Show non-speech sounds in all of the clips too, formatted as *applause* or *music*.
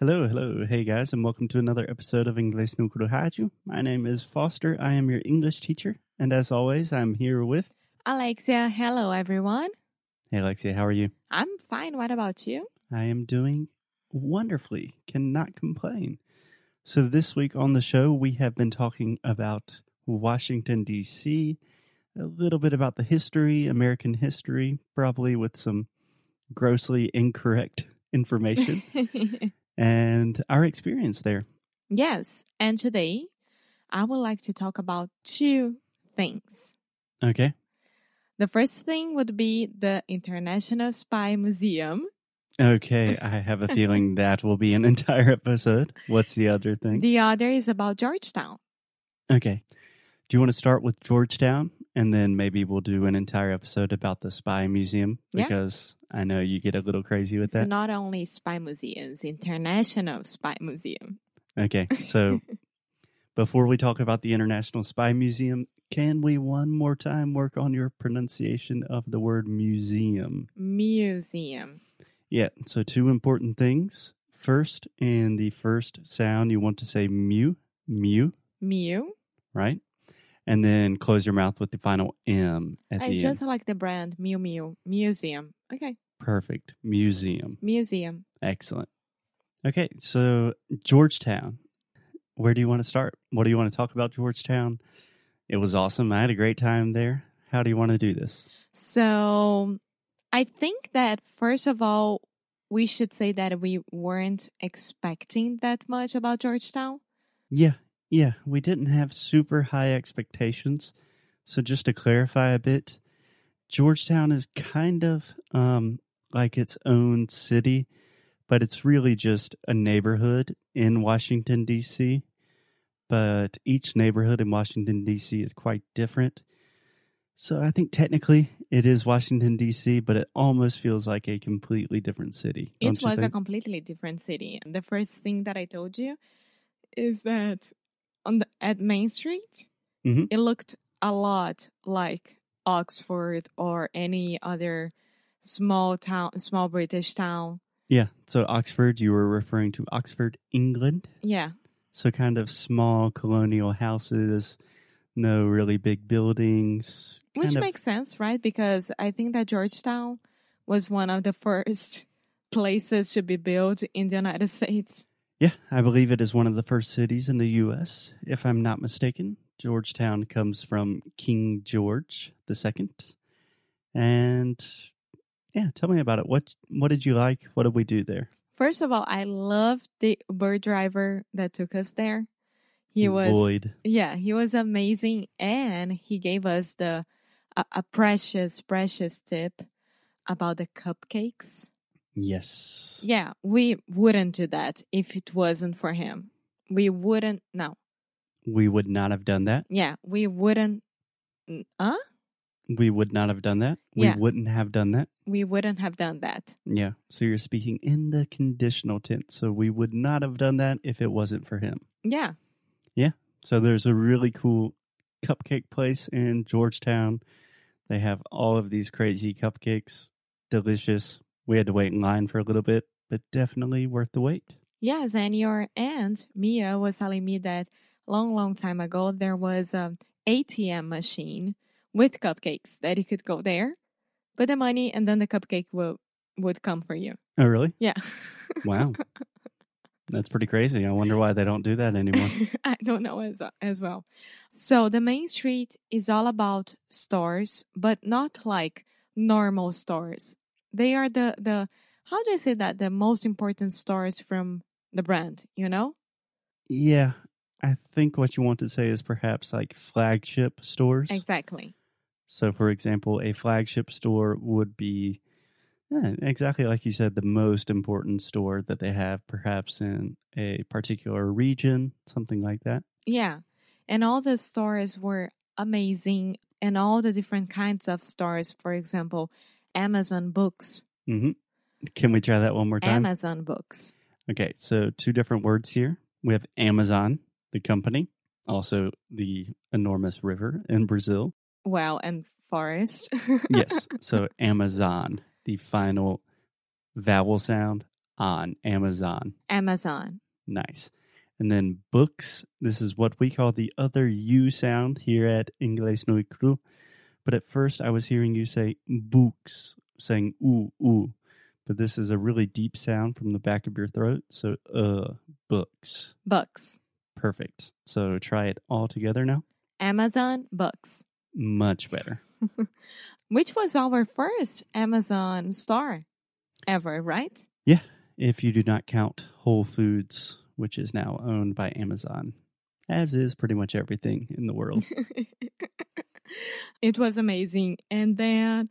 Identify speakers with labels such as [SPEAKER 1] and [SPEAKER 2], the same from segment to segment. [SPEAKER 1] Hello, hello. Hey guys, and welcome to another episode of Inglés no Curajaju. My name is Foster. I am your English teacher, and as always, I'm here with
[SPEAKER 2] Alexia, hello everyone.
[SPEAKER 1] Hey Alexia, how are you?
[SPEAKER 2] I'm fine. What about you?
[SPEAKER 1] I am doing wonderfully. Cannot complain. So this week on the show, we have been talking about Washington D.C., a little bit about the history, American history, probably with some grossly incorrect *laughs* information and our experience there.
[SPEAKER 2] *laughs* yes, and today I would like to talk about two things.
[SPEAKER 1] Okay.
[SPEAKER 2] The first thing would be the International Spy Museum.
[SPEAKER 1] Okay, I have a feeling that will be an *laughs* entire episode. What's the other thing?
[SPEAKER 2] The other is about Georgetown.
[SPEAKER 1] Okay. Do you want to start with Georgetown and then maybe we'll do an entire episode about the spy museum
[SPEAKER 2] Yeah.
[SPEAKER 1] because I know you get a little crazy with
[SPEAKER 2] It's
[SPEAKER 1] that.
[SPEAKER 2] not only spy museums, International Spy Museum. *laughs*
[SPEAKER 1] okay. So before we talk about the International Spy Museum, can we one more time work on your pronunciation of the word museum?
[SPEAKER 2] Museum.
[SPEAKER 1] Yeah. So two important things. First, in the first sound you want to say mu, mu,
[SPEAKER 2] Mew.
[SPEAKER 1] right? And then close your mouth with the final M at the
[SPEAKER 2] I
[SPEAKER 1] end.
[SPEAKER 2] just like the brand Mew Mew. Museum. Okay.
[SPEAKER 1] Perfect. Museum.
[SPEAKER 2] Museum.
[SPEAKER 1] Excellent. Okay, so Georgetown. Where do you want to start? What do you want to talk about Georgetown? It was awesome. I had a great time there. How do you want to do this?
[SPEAKER 2] So I think that first of all, we should say that we weren't expecting that much about Georgetown.
[SPEAKER 1] Yeah, yeah, we didn't have super high expectations. So just to clarify a bit, Georgetown is kind of um like its own city, but it's really just a neighborhood in Washington D.C. But each neighborhood in Washington D.C. is quite different. So I think technically it is Washington D.C., but it almost feels like a completely different city. don't
[SPEAKER 2] It
[SPEAKER 1] you
[SPEAKER 2] was a
[SPEAKER 1] think?
[SPEAKER 2] completely different city. The first thing that I told you is that on the at Main Street,
[SPEAKER 1] Mhm.
[SPEAKER 2] it looked a lot like Oxford or any other small town, small British town.
[SPEAKER 1] yeah. So Oxford, you were referring to Oxford, England.
[SPEAKER 2] Yeah,
[SPEAKER 1] So kind of small colonial houses, no really big buildings.
[SPEAKER 2] which
[SPEAKER 1] kind of-
[SPEAKER 2] makes sense, right? Because I think that Georgetown was one of the *laughs* first places to be built in the United States.
[SPEAKER 1] yeah, I believe it is one of the first cities in the U.S. If I'm not mistaken, Georgetown comes from King George the Second. And yeah, tell me about it. What what did you like? What did we do there?
[SPEAKER 2] First of all, I loved the Uber driver that took us there. He was
[SPEAKER 1] Lloyd.
[SPEAKER 2] yeah, he was amazing and he gave us the a, a precious precious tip about the cupcakes.
[SPEAKER 1] Yes.
[SPEAKER 2] Yeah, we wouldn't do that if it wasn't for him. We wouldn't no.
[SPEAKER 1] We would not have done that.
[SPEAKER 2] Yeah, we wouldn't uh
[SPEAKER 1] We would not have done that.
[SPEAKER 2] Yeah.
[SPEAKER 1] We wouldn't have done that.
[SPEAKER 2] we wouldn't have done that.
[SPEAKER 1] Yeah. So you're speaking in the conditional tense. So we would not have done that if it wasn't for him.
[SPEAKER 2] Yeah.
[SPEAKER 1] So there's a really cool cupcake place in Georgetown. They have all of these crazy cupcakes. Delicious. We had to wait in line for a little bit, but definitely worth the wait.
[SPEAKER 2] Yes, and your aunt Mia was telling me that long, long time ago there was a ATM machine with cupcakes that you could go there, put the money, and then the cupcake will would come for you.
[SPEAKER 1] Oh, really?
[SPEAKER 2] Yeah.
[SPEAKER 1] Wow. That's pretty crazy. I wonder why they don't do that anymore.
[SPEAKER 2] *laughs* I don't know as as well. So the main street is all about stores, but not like normal stores. They are the the how do I say that the most important stores from the brand, you know?
[SPEAKER 1] yeah. I think what you want to say is perhaps like flagship stores.
[SPEAKER 2] Exactly.
[SPEAKER 1] So, for example, a flagship store would be yeah, exactly like you said, the most important store that they have, perhaps in a particular region, something like that.
[SPEAKER 2] Yeah. And all the stores were amazing and all the different kinds of stores, for example, Amazon Books.
[SPEAKER 1] hmm Can we try that one more time?
[SPEAKER 2] Amazon Books.
[SPEAKER 1] Okay, so two different words here. We have Amazon, the company, also the enormous river in Brazil.
[SPEAKER 2] Well, and Forest.
[SPEAKER 1] Yes, so Amazon, the final vowel sound on Amazon.
[SPEAKER 2] Amazon.
[SPEAKER 1] Nice. And then books. This is what we call the other U sound here at Inglés No y Cru. But at first, I was hearing you say books, saying ooh, ooh. But this is a really deep sound from the back of your throat. So, uh, books.
[SPEAKER 2] Books.
[SPEAKER 1] Perfect. So try it all together now.
[SPEAKER 2] Amazon books.
[SPEAKER 1] Much better.
[SPEAKER 2] Which was our first Amazon store ever, right? *laughs*
[SPEAKER 1] Yeah. If you do not count Whole Foods, which is now owned by Amazon, as is pretty much everything in the
[SPEAKER 2] *laughs*
[SPEAKER 1] world.
[SPEAKER 2] it was amazing. And then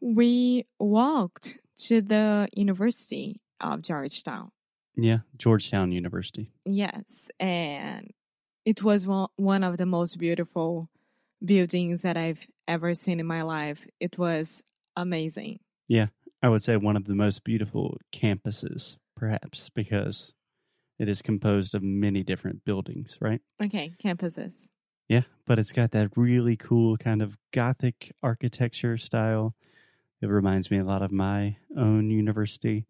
[SPEAKER 2] we walked to the University of Georgetown.
[SPEAKER 1] yeah. Georgetown University.
[SPEAKER 2] Yes. And it was one- one of the most beautiful buildings that I've ever seen in my life. It was amazing.
[SPEAKER 1] I would say one of the most beautiful campuses, perhaps, because it is composed of many different buildings, right?
[SPEAKER 2] Okay, campuses.
[SPEAKER 1] Yeah, but it's got that really cool kind of Gothic architecture style. It reminds me a lot of my own university.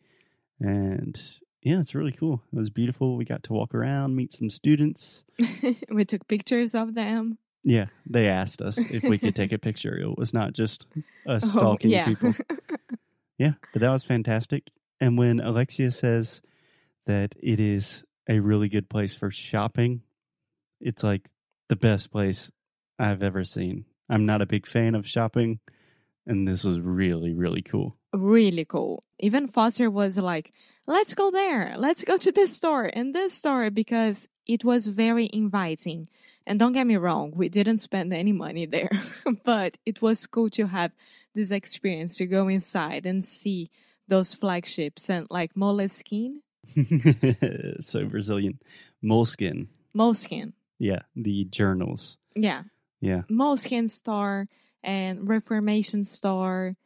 [SPEAKER 1] And yeah, it's really cool. It was beautiful. We got to walk around, meet some students.
[SPEAKER 2] *laughs* we took pictures of them.
[SPEAKER 1] Yeah, they asked us if we could take a picture. It was not just us stalking
[SPEAKER 2] Oh, *laughs* yeah.
[SPEAKER 1] people. Yeah, but that was fantastic. And when Alexia says that it is a really good place for shopping, it's like the best place I've ever seen. I'm not a big fan of shopping, and this was really, really cool. *laughs*
[SPEAKER 2] really cool. Even Foster was like, let's go there. Let's go to this store and this store because it was very inviting. And don't get me wrong, we didn't spend any money there, *laughs* but it was cool to have this experience to go inside and see those flagships and like Moleskine,
[SPEAKER 1] so Brazilian. Moleskin.
[SPEAKER 2] Moleskine.
[SPEAKER 1] Yeah, the journals.
[SPEAKER 2] Yeah.
[SPEAKER 1] Yeah.
[SPEAKER 2] Moleskine store and Reformation store,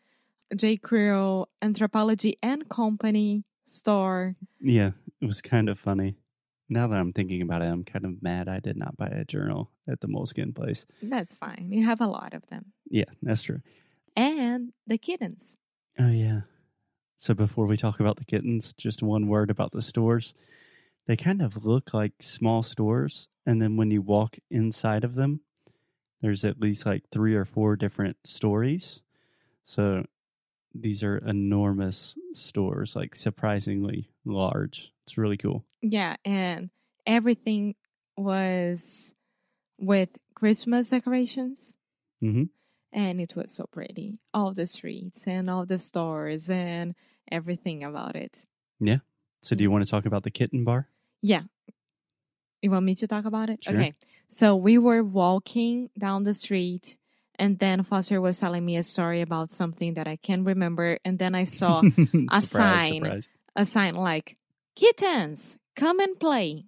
[SPEAKER 2] J. Creole, Anthropology and Company store.
[SPEAKER 1] Yeah, it was kind of funny. Now that I'm thinking about it, I'm kind of mad I did not buy a journal at the moleskin place.
[SPEAKER 2] That's fine. You have a lot of them.
[SPEAKER 1] Yeah, that's true.
[SPEAKER 2] and the kittens.
[SPEAKER 1] Oh, yeah. So before we talk about the kittens, just one word about the stores. They kind of look like small stores. And then when you walk inside of them, there's at least like three or four different stories. So these are enormous stores, like surprisingly large. It's really cool.
[SPEAKER 2] Yeah, and everything was with Christmas decorations.
[SPEAKER 1] Mhm.
[SPEAKER 2] And it was so pretty. All the streets and all the stores and everything about it.
[SPEAKER 1] So do you want to talk about the kitten bar?
[SPEAKER 2] Yeah. You want me to talk about it?
[SPEAKER 1] Sure.
[SPEAKER 2] Okay. So we were walking down the street, and then Foster was telling me a story about something that I can't remember. And then I
[SPEAKER 1] *laughs*
[SPEAKER 2] saw
[SPEAKER 1] surprise,
[SPEAKER 2] sign.
[SPEAKER 1] surprise.
[SPEAKER 2] a sign like, Kittens, come and play.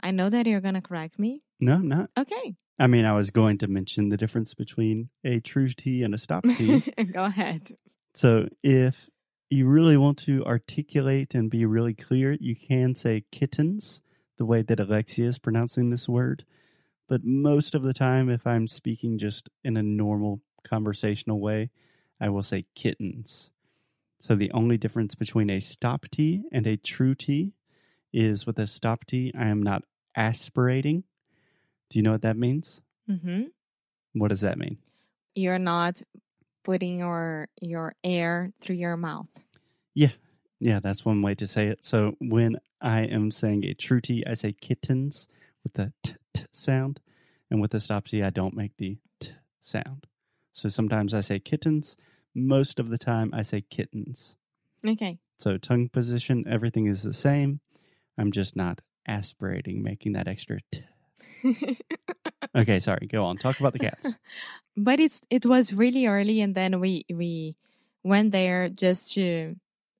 [SPEAKER 2] I know that you're going to correct me.
[SPEAKER 1] No, not.
[SPEAKER 2] Okay.
[SPEAKER 1] I mean, I was going to mention the difference between a true tea and a stop tea.
[SPEAKER 2] *laughs* Go ahead.
[SPEAKER 1] So if you really want to articulate and be really clear, you can say kittens, the way that Alexia is pronouncing this word. But most of the time, if I'm speaking just in a normal conversational way, I will say kittens. So the only difference between a stop T and a true T is with a stop T, I am not aspirating. Do you know what that means?
[SPEAKER 2] hmm
[SPEAKER 1] What does that mean?
[SPEAKER 2] You're not putting your your air through your mouth.
[SPEAKER 1] Yeah, that's one way to say it. So when I am saying a true T, I say kittens with the t, t sound, and with a stop T, I don't make the t sound. So sometimes I say kittens. Most of the time, I say kittens.
[SPEAKER 2] Okay.
[SPEAKER 1] So tongue position, everything is the same. I'm just not aspirating, making that extra t. Okay, sorry. Go on. Talk about the
[SPEAKER 2] *laughs*
[SPEAKER 1] cats.
[SPEAKER 2] but it's it was really early and then we we went there just to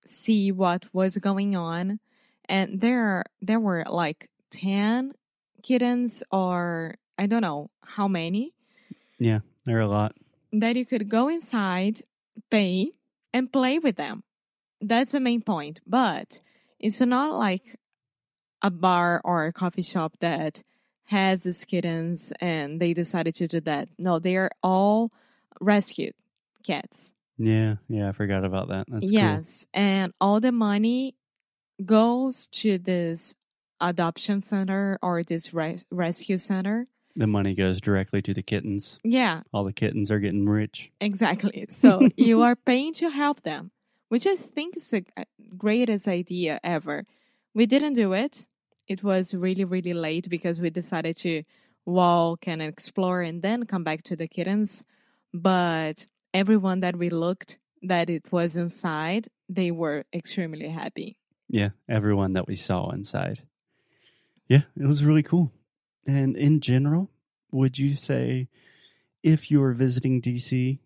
[SPEAKER 2] see what was going on and there there were like 10 kittens or I don't know how many
[SPEAKER 1] There are a lot.
[SPEAKER 2] that you could go inside, pay, and play with them. That's the main point. But it's not like a bar or a coffee shop that has these kittens and they decided to do that. No, they are all rescued cats.
[SPEAKER 1] Yeah, yeah. I forgot about that. That's cool.
[SPEAKER 2] yes. And all the money goes to this adoption center or this res- rescue center.
[SPEAKER 1] The money goes directly to the kittens.
[SPEAKER 2] Yeah,
[SPEAKER 1] All the kittens are getting rich.
[SPEAKER 2] exactly. So you are paying to help them, which I think is the uh, greatest idea ever. We didn't do it. It was really, really late because we decided to walk and explore and then come back to the kittens. But everyone that we looked that it was inside, they were extremely happy.
[SPEAKER 1] Yeah, everyone that we saw inside. Yeah, it was really cool. And in general, would you say if you are visiting DC,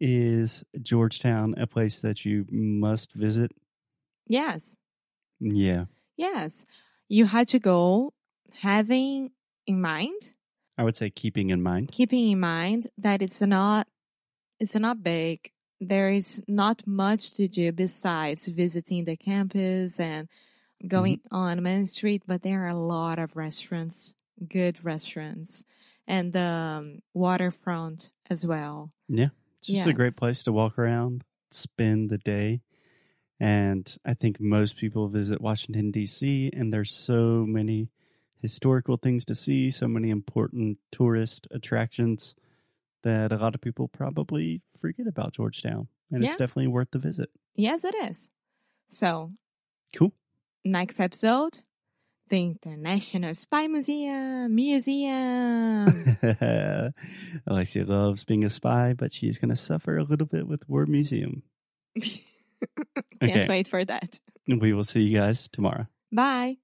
[SPEAKER 1] is Georgetown a place that you must visit?
[SPEAKER 2] Yes.
[SPEAKER 1] Yeah,
[SPEAKER 2] Yes, you had to go having in mind,
[SPEAKER 1] I would say keeping in mind.
[SPEAKER 2] keeping in mind that it's not it's not big. There is not much to do besides visiting the campus and going on Main Street, but there are a lot of restaurants, good restaurants, and the um, waterfront as well.
[SPEAKER 1] It's just a great
[SPEAKER 2] Yes.
[SPEAKER 1] place to walk around, spend the day. And I think most people visit Washington, D.C., and there's so many historical things to see, so many important tourist attractions that a lot of people probably forget about Georgetown. And
[SPEAKER 2] Yeah.
[SPEAKER 1] it's definitely worth the visit.
[SPEAKER 2] Yes, it is. So,
[SPEAKER 1] Cool. *laughs*
[SPEAKER 2] next episode, the International Spy Museum, museum.
[SPEAKER 1] *laughs*
[SPEAKER 2] *laughs*
[SPEAKER 1] Alexia loves being a spy, but she's going to suffer a little bit with War Museum.
[SPEAKER 2] Can't
[SPEAKER 1] Okay.
[SPEAKER 2] wait for that.
[SPEAKER 1] We will see you guys tomorrow.
[SPEAKER 2] Bye.